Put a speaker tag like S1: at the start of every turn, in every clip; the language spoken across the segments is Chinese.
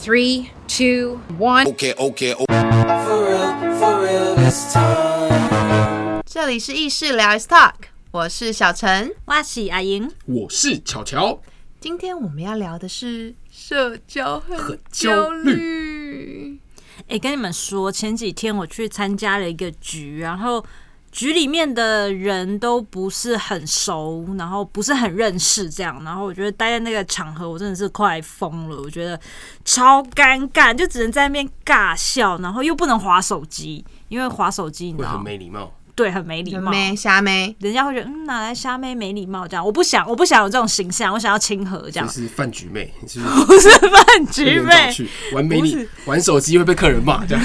S1: Three, two, one。
S2: Okay, okay, okay.
S3: 这里是意识聊 Is Talk，我是小陈。
S4: 哇喜阿莹，
S5: 我是巧巧，
S3: 今天我们要聊的是社交很
S5: 很焦
S3: 虑。
S4: 哎、跟你们说，前几天我去参加了一个局，然后局里面的人都不是很熟，然后不是很认识，这样，然后我觉得待在那个场合，我真的是快疯了，我觉得超尴尬，就只能在那边尬笑，然后又不能划手机，因为划手机你知
S5: 会很
S4: 道，
S5: 没礼貌。
S4: 对，很没礼貌。
S3: 妹虾妹，
S4: 人家会觉得，嗯，哪来虾妹没礼貌这样？我不想，我不想有这种形象，我想要亲和这
S5: 这
S4: 样，
S5: 是饭局妹， 你是不
S4: 不是饭 局
S5: 是
S4: 妹。
S5: 去玩美
S4: 不
S5: 女
S4: 是
S5: 玩手机会被客人骂这样，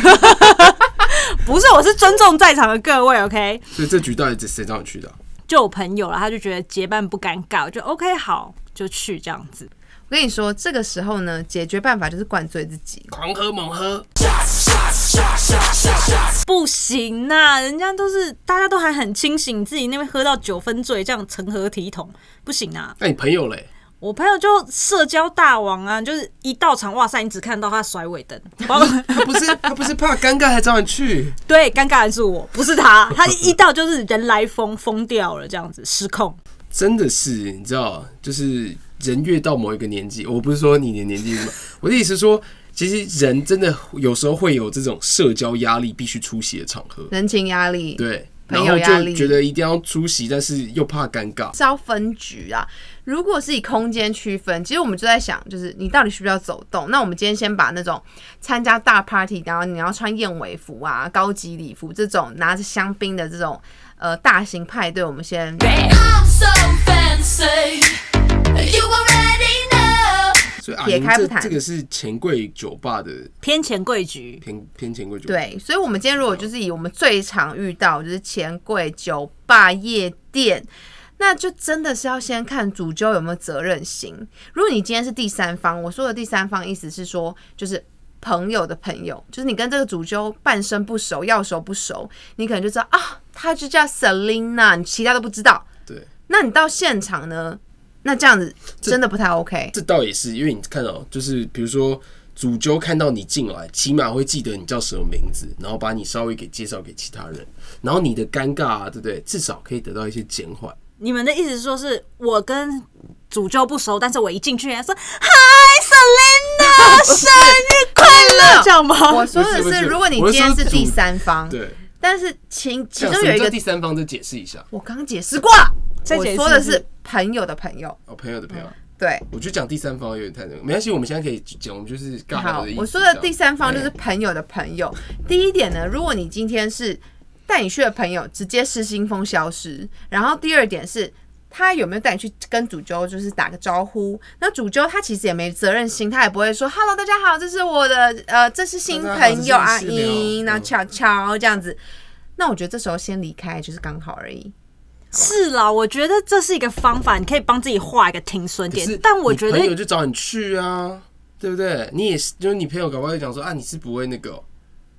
S4: 不是，我是尊重在场的各位，OK？
S5: 所以这局到底是谁让你去的啊？
S4: 就有朋友了，他就觉得结伴不尴尬，我就 OK 好，就去这样子。
S3: 我跟你说，这个时候呢，解决办法就是灌醉自己。
S5: 狂喝猛喝，
S4: 不行呐、人家都是大家都还很清醒，自己那边喝到九分醉，这样成何体统？不行啊！
S5: 哎那你朋友嘞？
S4: 我朋友就社交大王啊，就是一到场，哇塞，你只看到他甩尾灯， 包括
S5: 他不是 他不是怕尴尬才找你去，
S4: 对，尴尬的是我，不是他，他一到就是人来疯，疯掉了这样子，失控。
S5: 真的是你知道，就是人越到某一个年纪，我不是说你的年纪是 什么，我的意思是说，其实人真的有时候会有这种社交压力必须出席的场合，
S3: 人情压力，
S5: 对，
S3: 朋
S5: 然
S3: 友
S5: 后
S3: 压力
S5: 就觉得一定要出席，但是又怕尴尬。
S3: 是要分局啊。如果是以空间区分，其实我们就在想，就是你到底需不需要走动？那我们今天先把那种参加大 party，然后你要穿燕尾服啊、高级礼服这种拿着香槟的这种呃大型派对，我们先
S6: I'm so fancy. You already know.
S5: 所以阿
S3: 撇
S5: 莹
S3: 开不
S5: 这
S3: 谈
S5: 这个是钱柜酒吧的
S4: 偏钱贵局，
S5: 偏偏钱柜酒吧，
S3: 对。所以，我们今天如果就是以我们最常遇到就是钱柜、酒吧、夜店。那就真的是要先看主揪有没有责任心。如果你今天是第三方，我说的第三方意思是说，就是朋友的朋友，就是你跟这个主揪半生不熟，要熟不熟，你可能就知道啊，他就叫 Selina，你其他都不知道。
S5: 对，
S3: 那你到现场呢？那这样子真的不太 OK。
S5: 这倒也是，因为你看哦，就是比如说主揪看到你进来，起码会记得你叫什么名字，然后把你稍微给介绍给其他人，然后你的尴尬、啊，对不对？至少可以得到一些减缓。
S4: 你们的意思是说是我跟主教不熟，但是我一进去人家说嗨 Selena 生日快乐，这样吗？
S3: 我说的
S5: 不是不
S3: 是，
S5: 是
S3: 如果你今天是第三方，
S5: 对，
S3: 但是其其
S5: 像
S3: 中
S5: 什
S3: 有
S5: 么
S3: 一
S5: 叫
S3: 个
S5: 第，三方，再解释一下
S3: 我刚解释过了，
S4: 再
S3: 我
S4: 解释
S3: 说的
S4: 一次
S3: 是朋友的朋友，
S5: 哦，朋友的朋友。
S3: 对。
S5: 我觉得讲第三方有点太那个，没关系，我们现在可以讲，我们就是尬
S3: 好
S5: 聊的意，思。
S3: 我说的第三方就是朋友的朋友。第一点呢，如果你今天是带你去的朋友直接失心疯消失，然后第二点是。他有没有带你去跟主揪就是打个招呼？那主揪他其实也没责任心，他也不会说 “hello，大家好，这是我的呃，这是新
S5: 大家好
S3: 朋友阿
S5: 这是新朋
S3: 英，
S5: 友
S3: 然后巧巧这样子。”那我觉得这时候先离开就是刚好而已。
S4: 是啦，我觉得这是一个方法，你可以帮自己画一个停损
S5: 可是
S4: 点。但我觉
S5: 你朋友
S4: 得
S5: 就找你去啊，对不对？你也是，就是你朋友搞不好就讲说啊，你是不会那个哦、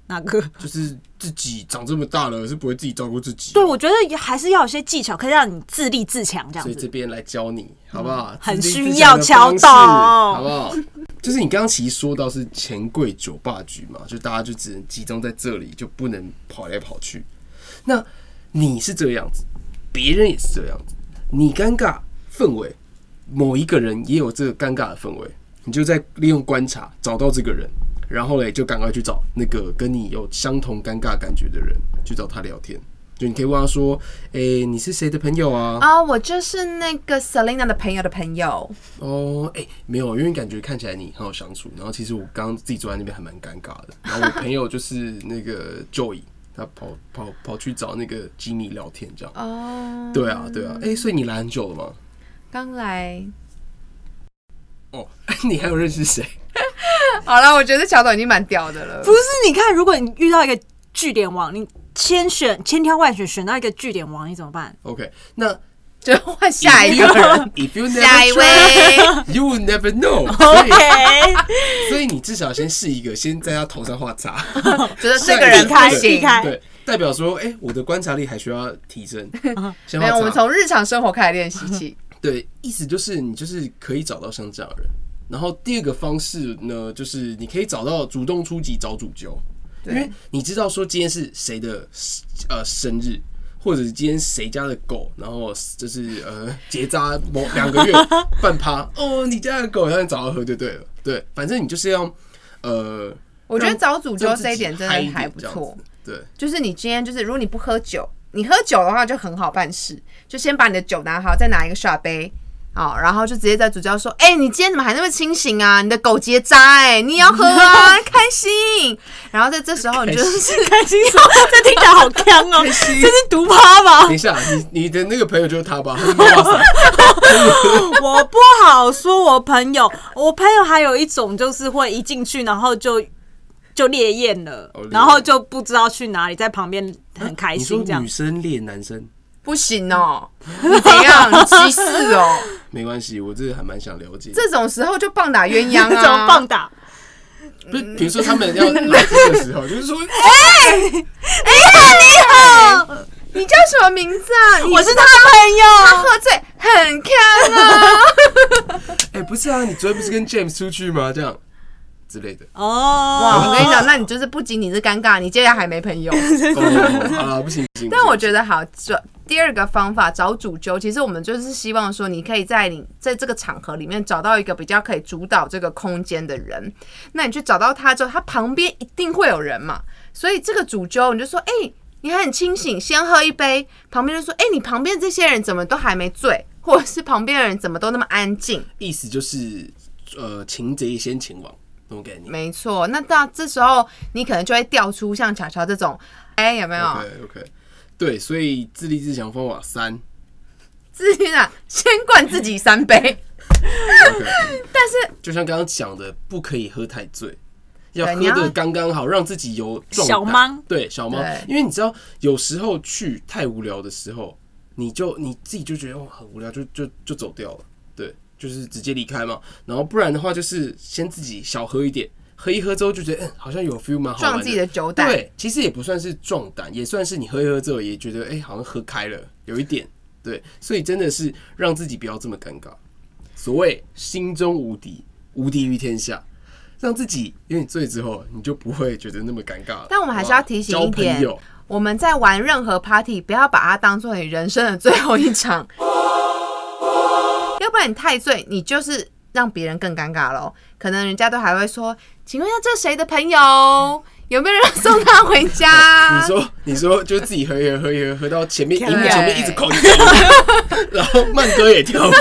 S4: 哪个？
S5: 就是自己长这么大了是不会自己照顾自己。
S4: 对，我觉得还是要有些技巧，可以让你自立自强这
S5: 所
S4: 样
S5: 以这
S4: 子。嗯
S5: 边来教你，好不好？
S4: 很
S5: 自立
S4: 需
S5: 自强
S4: 要
S5: 的
S4: 敲
S5: 方式
S4: 懂
S5: 好不好？ 就是你刚刚其实说到是钱柜酒吧局嘛，就大家就只能集中在这里，就不能跑来跑去。那你是这样子，别人也是这样子，你尴尬氛围，某一个人也有这个尴尬的氛围，你就在利用观察找到这个人，然后嘞就赶快去找那个跟你有相同尴尬感觉的人，去找他聊天。就你可以问他说：“诶、你是谁的朋友啊？”
S3: 啊、我就是那个 Selina 的朋友的朋友。
S5: 哦，哎、没有，因为感觉看起来你很好相处，然后其实我刚刚自己坐在那边还蛮尴尬的。然后我朋友就是那个 Joy，他跑跑跑去找那个 Jimmy 聊天，这样。
S3: 哦，
S5: 对啊，对啊，哎、所以你来很久了吗？
S3: 刚来
S5: 哦， 你还有认识谁？
S3: 好了，我觉得小董已经蛮屌的了
S4: 不。是，你看，如果你遇到一个据点王，你千选千挑万选选到一个据点王，你怎么办？
S5: OK，那
S3: 就换下一个人，
S5: ，If you
S3: 下一
S5: never
S3: 位。
S5: try, you will never know 所
S4: OK，
S5: 以，所以你至少先试一个，先在他头上画叉。
S3: 觉得这个人不
S4: 避开避
S3: 行。
S4: 开
S5: 对，代表说，哎、我的观察力还需要 提升。先
S3: 没
S5: 画
S3: 有，我们
S5: 叉。
S3: 从日常生活开始练习起。
S5: 对，意思就是你就是可以找到像这样的人。然后第二个方式呢，就是你可以找到主动出击找主揪，因为你知道说今天是谁的呃生日，或者是今天谁家的狗，然后就是呃结扎某两个月 半趴，哦，你家的狗让你找到喝就对了，对，反正你就是要呃，
S3: 我觉得
S5: 让
S3: 找主揪
S5: 让自
S3: 这一
S5: 己
S3: 点真
S5: 嗨
S3: 的
S5: 一
S3: 还
S5: 点
S3: 不
S5: 这样
S3: 错
S5: 子，对。
S3: 就是你今天就是如果你不喝酒，你喝酒的话就很好办事，就先把你的酒拿好，再拿一个沙杯。好，然后就直接在主教说：“哎、你今天怎么还那么清醒啊？你的狗结扎哎、你也要喝啊，开心。”然后在这时候，你就是
S4: 开心什么？这听起来好香哦、
S5: 心
S4: 这是毒趴吧
S5: 等一？下，你 你的那个朋友就是他吧？他是妈 妈桑
S4: 我不好说，我朋友，我朋友还有一种就是会一进去，然后就就烈焰了
S5: 哦烈，焰
S4: 然后就不知道去哪里，在旁边很开
S5: 你说
S4: 心这样
S5: 女。生恋男生
S3: 不行哦，你怎样？你歧视哦？
S5: 没关系，我这还蛮想了解。
S3: 这种时候就棒打鸳 鸯
S4: 那
S3: 啊！
S4: 怎么棒打？
S5: 不
S3: 嗯
S5: 是，比如说他们要老师的时候，就是 说，
S3: 你叫什么名字啊？你
S4: 我是他朋友，
S3: 喝醉很看啊！
S5: 哎、不是啊，你昨天不是跟 James 出去吗？这样之类 的。
S4: 哦
S3: 哇，我跟你讲，那你就是不仅你是尴尬，你接下来还没朋友。
S5: 哦，好了，不行不行。
S3: 但我
S5: 得
S3: 觉得好，这第二个方法找主揪，其实我们就是希望说，你可以在你在这个场合里面找到一个比较可以主导这个空间的人。那你去找到他之后，他旁边一定会有人嘛，所以这个主揪你就说，哎、你还很清醒，先喝一杯。旁边就说，哎、你旁边这些人怎么都还没醉，或者是旁边的人怎么都那么安静？
S5: 意思就是，呃，擒贼先擒王那种概念。
S3: 没错，那到这时候你可能就会调出像巧巧这种，哎、有没有？
S5: OK OK，对，所以自立自强方法三。
S3: 自己啊，先灌自己三杯。
S5: OK，但是就像刚刚讲的，不可以喝太醉，要
S3: 对
S5: 喝
S3: 你要
S5: 的刚刚好，让自己有壮
S4: 小
S5: 胆
S4: 忙
S5: 对小猫
S3: 对，
S5: 因为你知道有时候去太无聊的时候，你就你自己就觉得哇很无聊，就就就走掉了，对，就是直接离开嘛。然后不然的话，就是先自己小喝一点，喝一喝之后就觉得嗯好像有 feel 蛮好玩
S3: 壮自己的酒胆
S5: 对，其实也不算是壮胆，也算是你喝一喝之后也觉得哎、好像喝开了，有一点。对，所以真的是让自己不要这么尴尬。所谓心中无敌，无敌于天下，让自己有点醉之后，你就不会觉得那么尴尬了。
S3: 但我们还是
S5: 好不好
S3: 要提醒
S5: 交
S3: 一
S5: 朋
S3: 点
S5: 友，
S3: 我们在玩任何 party，不要把它当做你人生的最后一场，要不然你太醉，你就是让别人更尴尬喽。可能人家都还会说：“请问一下，这谁的朋友？有没有人送他回家？”
S5: 你说你说就自己喝一喝喝一喝，喝到前面荧幕
S3: 对
S5: 前面一直狂跳， 然后慢歌也跳舞，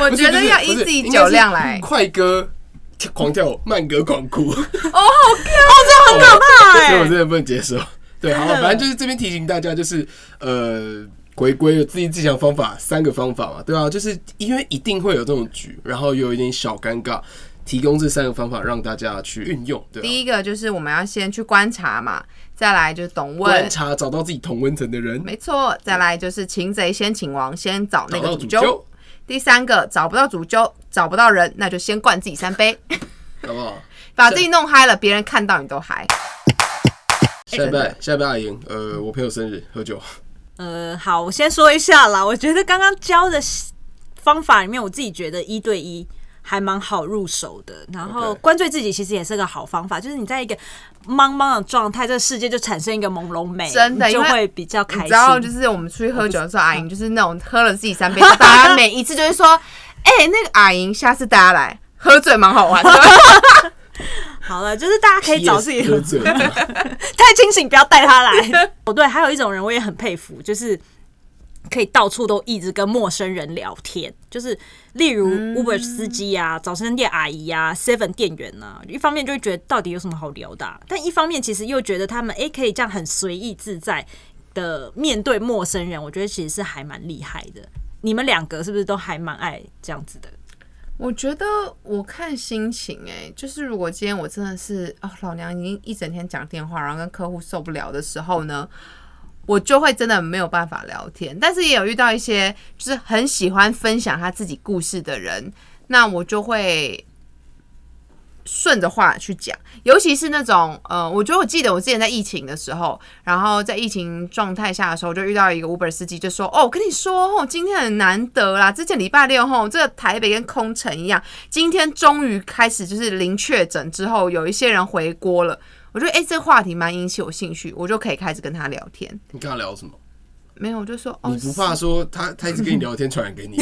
S3: 我
S5: 不是
S3: 觉得
S5: 不是
S3: 要
S5: 不
S3: 依
S5: 是
S3: 自己
S5: 应该
S3: 酒
S5: 是
S3: 量 来。
S5: 快歌跳狂跳舞，慢歌狂哭，
S3: 哦，好
S5: 很可
S4: 怕欸
S5: 所以我真的不能接受。对，好，反正就是这边提醒大家，就是呃，回归有自己自强方法三个方法嘛，对啊，就是因为一定会有这种局，然后有一点小尴尬，提供这三个方法让大家去运用，对、
S3: 第
S5: 啊。
S3: 一个就是我们要先去观察嘛，再来就是懂问
S5: 观，察找到自己同温层的人，
S3: 没错，再来就是擒贼先擒王，先找那
S5: 找
S3: 个
S5: 到
S3: 主
S5: 主
S4: 哎
S3: 揪
S5: 揪。，
S3: 第三个找不到主揪，找不到人，那就先灌自己三杯，
S5: 好不好？
S3: 把自己弄嗨了，别人看到你都嗨。
S5: 下一
S3: 真
S5: 拜，下一拜阿莹，呃，我朋友生日喝酒，
S4: 呃，好，我先说一下啦。我觉得刚刚教的方法里面，我自己觉得一对一还蛮好入手的。然后
S5: OK
S4: 灌醉自己其实也是个好方法，就是你在一个茫茫的状态，这个世界就产生一个朦胧美，
S3: 真的
S4: 你就
S3: 因为
S4: 会比较开
S3: 你
S4: 心。
S3: 知道，就是我们出去喝酒的时候，阿莹就是那种喝了自己三杯， 大家每一次就会说：“哎、那个阿莹，下次大家来喝醉蛮好玩的。
S4: 好了，就是大家可以找自己
S5: Yes，喝 醉，
S4: 太清醒，不要带他来。 哦，对，还有一种人我也很佩服，就是可以到处都一直跟陌生人聊天，就是例如 Uber 司机啊、早餐店阿姨啊、Seven 店员啊，一方面就会觉得到底有什么好聊的啊、但一方面其实又觉得他们诶可以这样很随意自在的面对陌生人，我觉得其实是还蛮厉害的。你们两个是不是都还蛮爱这样子的？”
S3: 我觉得我看心情、哎，就是如果今天我真的是哦，老娘已经一整天讲电话，然后跟客户受不了的时候呢，我就会真的没有办法聊天。但是也有遇到一些就是很喜欢分享他自己故事的人，那我就会顺着话去讲，尤其是那种呃，我觉得我记得我之前在疫情的时候，然后在疫情状态下的时候，就遇到一个 Uber 司机，就说：“哦，我跟你说，哦，今天很难得啦，之前礼拜六吼，这个台北跟空城一样，今天终于开始就是零确诊之后，有一些人回锅了。”我觉得哎、诶这个话题蛮引起我兴趣，我就可以开始跟他聊天。
S5: 你跟他聊什么？
S3: 没有，我就说哦，
S5: 你不怕说他他一直跟你聊天传染给
S4: 哦
S5: 你？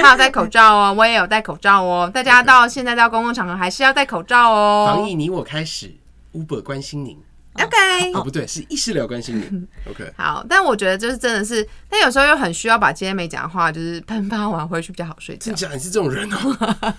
S3: 他有戴口罩哦，我也有戴口罩哦。大家到现在到公共场合还是要戴口罩哦。
S5: 防疫你我开始，Uber 关心您。
S3: OK，、
S5: 哦，不对，是意识聊关心您。OK，
S3: 好。但我觉得就是真的是，但有时候又很需要把今天没讲的话就是喷发完回去比较好睡觉
S5: 真。假你是这种人哦？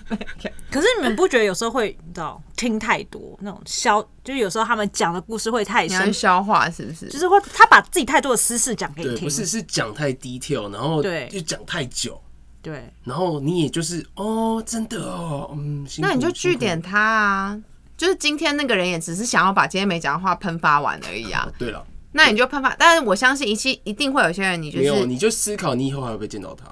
S4: 可是你们不觉得有时候会，你知道，听太多那种消，就是有时候他们讲的故事会太
S3: 你要去
S4: 深，
S3: 消化是不是？
S4: 就是会他把自己太多的私事讲给你
S5: 对，
S4: 听，
S5: 不是是讲太 detail，然后
S4: 对
S5: 就讲太久，
S4: 对，
S5: 然后你也就是哦，真的哦，嗯，辛苦
S3: 那你就
S5: 辛
S3: 据
S5: 苦
S3: 点他啊。就是今天那个人也只是想要把今天没讲的话喷发完而已啊
S5: 哦。。对了，
S3: 那你就喷发，但是我相信一期一定会有些人，你就
S5: 没有，
S3: 是
S5: 你就思考你以后还会不会见到他。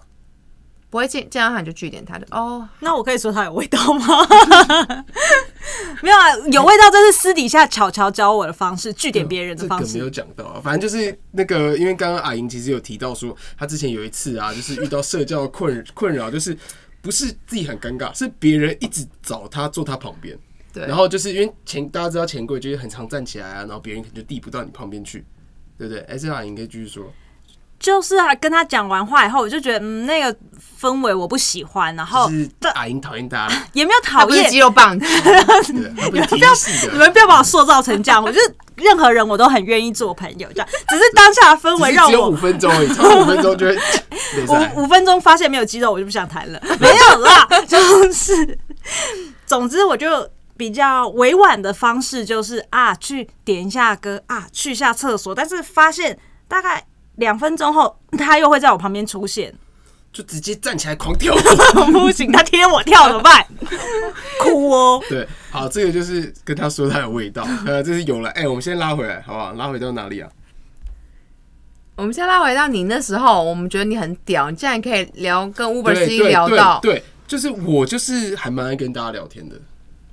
S3: 不会见见到他你就据点他的哦。
S4: 那我可以说它有味道吗？ 没有啊，有味道，这是私底下巧巧教我的方式，据点别人的方
S5: 这个没有
S4: 式。
S5: 讲到啊，反正就是那个，因为刚刚阿莹其实有提到说，她之前有一次 啊，就是遇到社交困困扰，就是不是自己很尴尬，是别人一直找她坐她旁边。
S3: 对
S5: 然后就是因为钱，大家知道钱柜就是很常站起来啊，然后别人可能就递不到你旁边去，对不对？哎，这阿莹可以继续说，
S4: 就是啊，跟他讲完话以后，我就觉得嗯，那个氛围我不喜欢，然后
S5: 就是阿莹讨厌 大家，
S4: 也没有
S3: 他
S4: 讨
S3: 不是
S4: 厌
S3: 肌，肉棒子，哦
S5: 对，她不是提示
S4: 你
S5: 的，
S4: 们不要把我塑造成这样，我就是任何人我都很愿意做朋友，这样。只是当下的氛
S5: 只
S4: 围
S5: 是
S4: 让
S5: 只有
S4: 我
S5: 五分钟而已，超过五分钟 就会没事啊
S4: 五五分钟发现没有肌肉，我就不想谈了， 没有啦，就是，总之我就比较委婉的方式就是啊，去点一下歌啊，去一下厕所，但是发现大概两分钟后，他又会在我旁边出现，
S5: 就直接站起来狂跳舞。
S4: 不行，他贴我跳怎么办？哭哦，
S5: 对，好，这个就是跟他说他有味道，呃，这是有了。哎、我们先拉回来，好不好？拉回到哪里啊？
S3: 我们先拉回到你那时候，我们觉得你很屌，你竟然可以聊跟 Uber 司
S5: 对
S3: 机
S5: 对
S3: 聊到，
S5: 对，对就是我就是还蛮爱跟大家聊天的，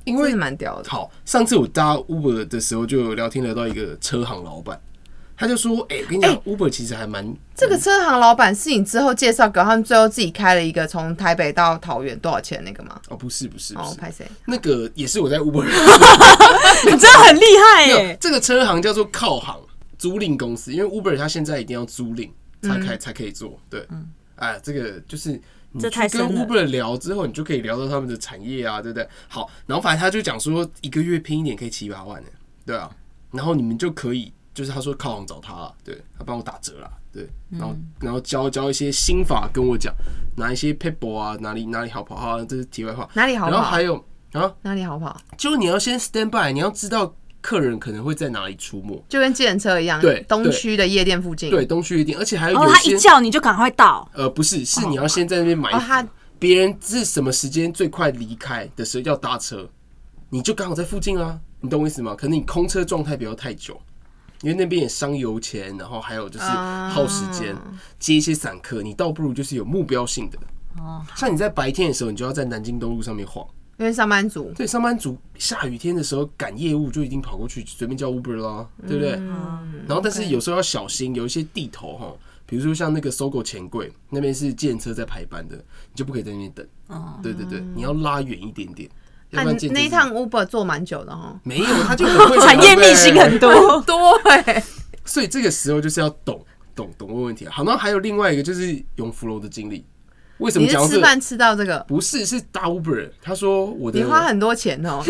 S5: 因
S3: 真
S5: 为
S3: 是蛮屌的。
S5: 好，上次我搭 Uber 的时候就有聊天聊到一个车行老板，他就说：“哎、我跟你讲、u b e r 其实还蛮
S3: 这个车行老板是你之后介绍给我他们，最后自己开了一个从台北到桃园多少钱那个吗？
S5: 哦，不是不是不
S3: 哦
S5: 是，，
S3: 拍谁？
S5: 那个也是我 在 Uber
S4: 你真的很厉害欸
S5: 没
S4: 耶、
S5: 有，这个车行叫做靠行租赁公司，因为 Uber 它现在一定要租赁才开、才可以做。对，哎，这个就是你
S4: 这
S5: 去
S4: 太
S5: 跟
S4: 深了
S5: Uber 聊之后，你就可以聊到他们的产业啊，对不对？好，然后反正他就讲说，一个月拼一点可以七八万呢、对啊，然后你们就可以，就是他说靠行找他啦，对他帮我打折啦。对，然后然后教教一些心法跟我讲，哪一些 people 啊，哪里哪里好跑好啊，这是题外话。
S3: 哪里好
S5: 然后
S3: 跑
S5: 还有啊，
S3: 哪里好不好？
S5: 就你要先 stand by，你要知道客人可能会在哪里出没。
S3: 就跟计程车一样，
S5: 对
S3: 东区的夜店附近。
S5: 对，东区一定，而且还有
S4: 然哦后他一
S5: 有些
S4: 叫你就赶快到，
S5: 呃，不是，是你要先在那边买
S3: 哦他
S5: 服，别人是什么时间最快离开的时候要搭车，你就刚好在附近啊，你懂我意思吗？可能你空车状态不要太久，因为那边也伤油钱，然后还有就是耗时间，接一些散客，你倒不如就是有目标性的。像你在白天的时候，你就要在南京东路上面晃。
S3: 因为上班族
S5: 对，上班族下雨天的时候赶业务就已经跑过去随便叫 Uber 啦，对不对？
S4: 嗯
S5: 然后但是有时候要小心，有一些地头哈，比如说像那个搜狗钱柜那边是建车在排班的，你就不可以在那边等。
S4: 哦
S5: 对对对，你要拉远一点点，要
S3: 啊，
S5: 不然
S3: 你
S5: 建车
S3: 那一
S5: 是
S3: 趟 Uber 坐蛮久的哦哈，
S5: 没有，他 就很会
S4: 产业秘辛很
S5: 多。
S4: 多。
S3: 多 哎，
S5: 所以这个时候就是要懂懂懂问问题啊。好，然后还有另外一个就是永福楼的经历，为什么
S3: 你是
S5: 讲到这
S3: 吃
S5: 个？
S3: 饭吃到这个，
S5: 不是，是大 Uber，他说我的
S3: 你花很多钱 哦，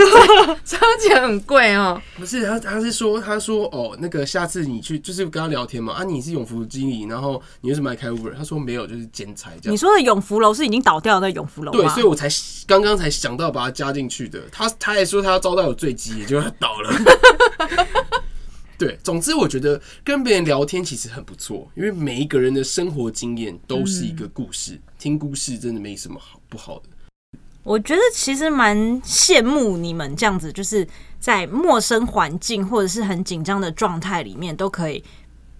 S3: 车钱很贵哦，
S5: 不是他，他是说，他说哦，那个下次你去就是跟他聊天嘛，啊，你是永福经理，然后你为什么还开 Uber？他说没有，就是兼差这
S4: 你
S5: 样。
S4: 说的永福楼是已经倒掉的那永福楼
S5: 对，
S4: 吗
S5: 所以？我才刚刚才想到把他加进去的。他他还说他要招待我醉鸡，结果他倒了。 对，总之我觉得跟别人聊天其实很不错，因为每一个人的生活经验都是一
S4: 嗯
S5: 个故事，听故事真的没什么好不好的。
S4: 我觉得其实蛮羡慕你们这样子，就是在陌生环境或者是很紧张的状态里面，都可以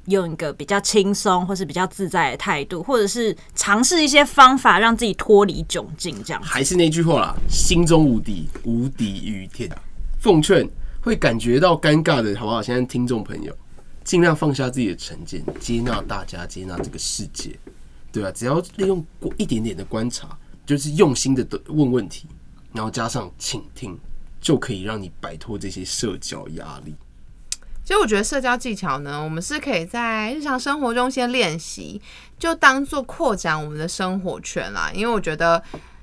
S4: 用一个比较轻松或是比较自在的态度，或者是尝试一些方法让自己脱离窘境，这样
S5: 还是那句话啦，心中无敌，无敌于天。奉劝会感觉到尴尬的，好不好？现在听众朋友，尽量放下自己的成见，接纳大家，接纳这个世界，对吧、只要利用过一点点的观察，就是用心的问问题，然后加上倾听，就可以让你摆脱这些社交压力。
S3: 其实我觉得社交技巧呢，我们是可以在日常生活中先练习，就当做扩展我们的生活圈啦。因为我觉得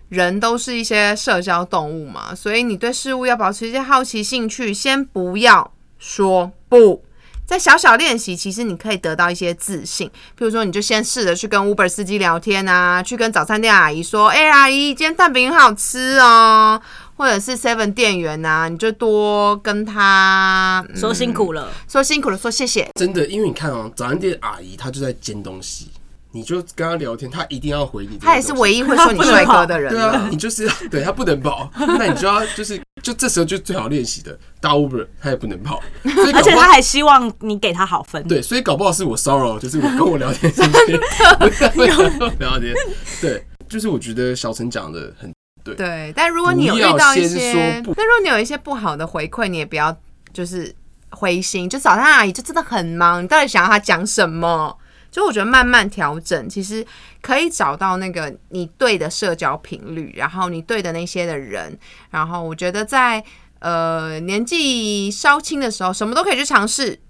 S3: 人都是一些社交动物嘛，所以你对事物要保持一些好奇、兴趣，先不要说不。在小小练习，其实你可以得到一些自信。比如说，你就先试着去跟 Uber 司机聊天啊，去跟早餐店阿姨说：“哎、阿姨，今天蛋饼很好吃哦。”或者是 Seven 店员啊，你就多跟他、嗯
S4: 说辛苦了。
S3: 说辛苦了，说谢谢。
S5: 真的，因为你看啊、早餐店阿姨她就在煎东西，你就跟她聊天，她一定要回你这个东西。
S3: 他也是唯一会说你帅哥的人
S5: 对
S3: 了。
S5: 啊，你就是要 对他不能跑，那你就要就是就这时候就最好练习的大 Uber，他也不能跑，所以搞
S4: 而
S5: 不
S4: 且
S5: 好
S4: 他还希望你给他好分，
S5: 对，所以搞不好是我骚扰，就是我跟我 聊天这些，我跟我聊天，对，就是我觉得小陈讲的很
S3: 对，但如果你有
S5: 不
S3: 遇
S5: 要
S3: 到一
S5: 先
S3: 些
S5: 说不，
S3: 但如果你有一些不好的回馈，你也不要就是灰心。就早上阿姨就真的很忙，你到底想要她讲什么？就我觉得慢慢调整，其实可以找到那个你对的社交频率，然后你对的那些的人，然后我觉得在呃年纪稍轻的时候，什么都可以去尝试。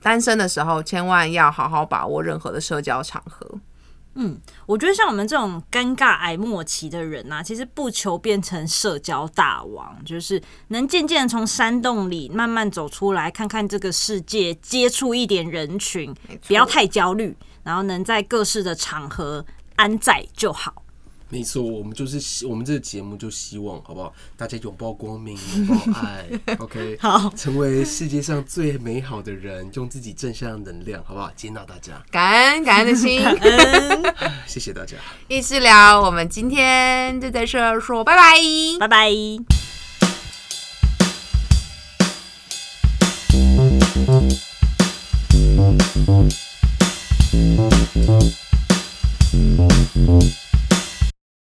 S3: 单身的时候，千万要好好把握任何的社交场合。
S4: 我觉得像我们这种尴尬癌末期的人啊，其实不求变成社交大王，就是能渐渐从山洞里慢慢走出来，看看这个世界，接触一点人群，不要太焦虑，然后能在各式的场合安在就好。
S5: 没错，我们就是希我们这个节目就希望好不好？大家拥抱光明，拥抱爱，OK，
S4: 好
S5: 成为世界上最美好的人，用自己正向的能量，好不好？接纳大家，
S3: 感恩 感恩的心。
S5: 谢谢大家。
S3: 意识聊，我们今天就在这儿说拜拜。
S4: 拜拜。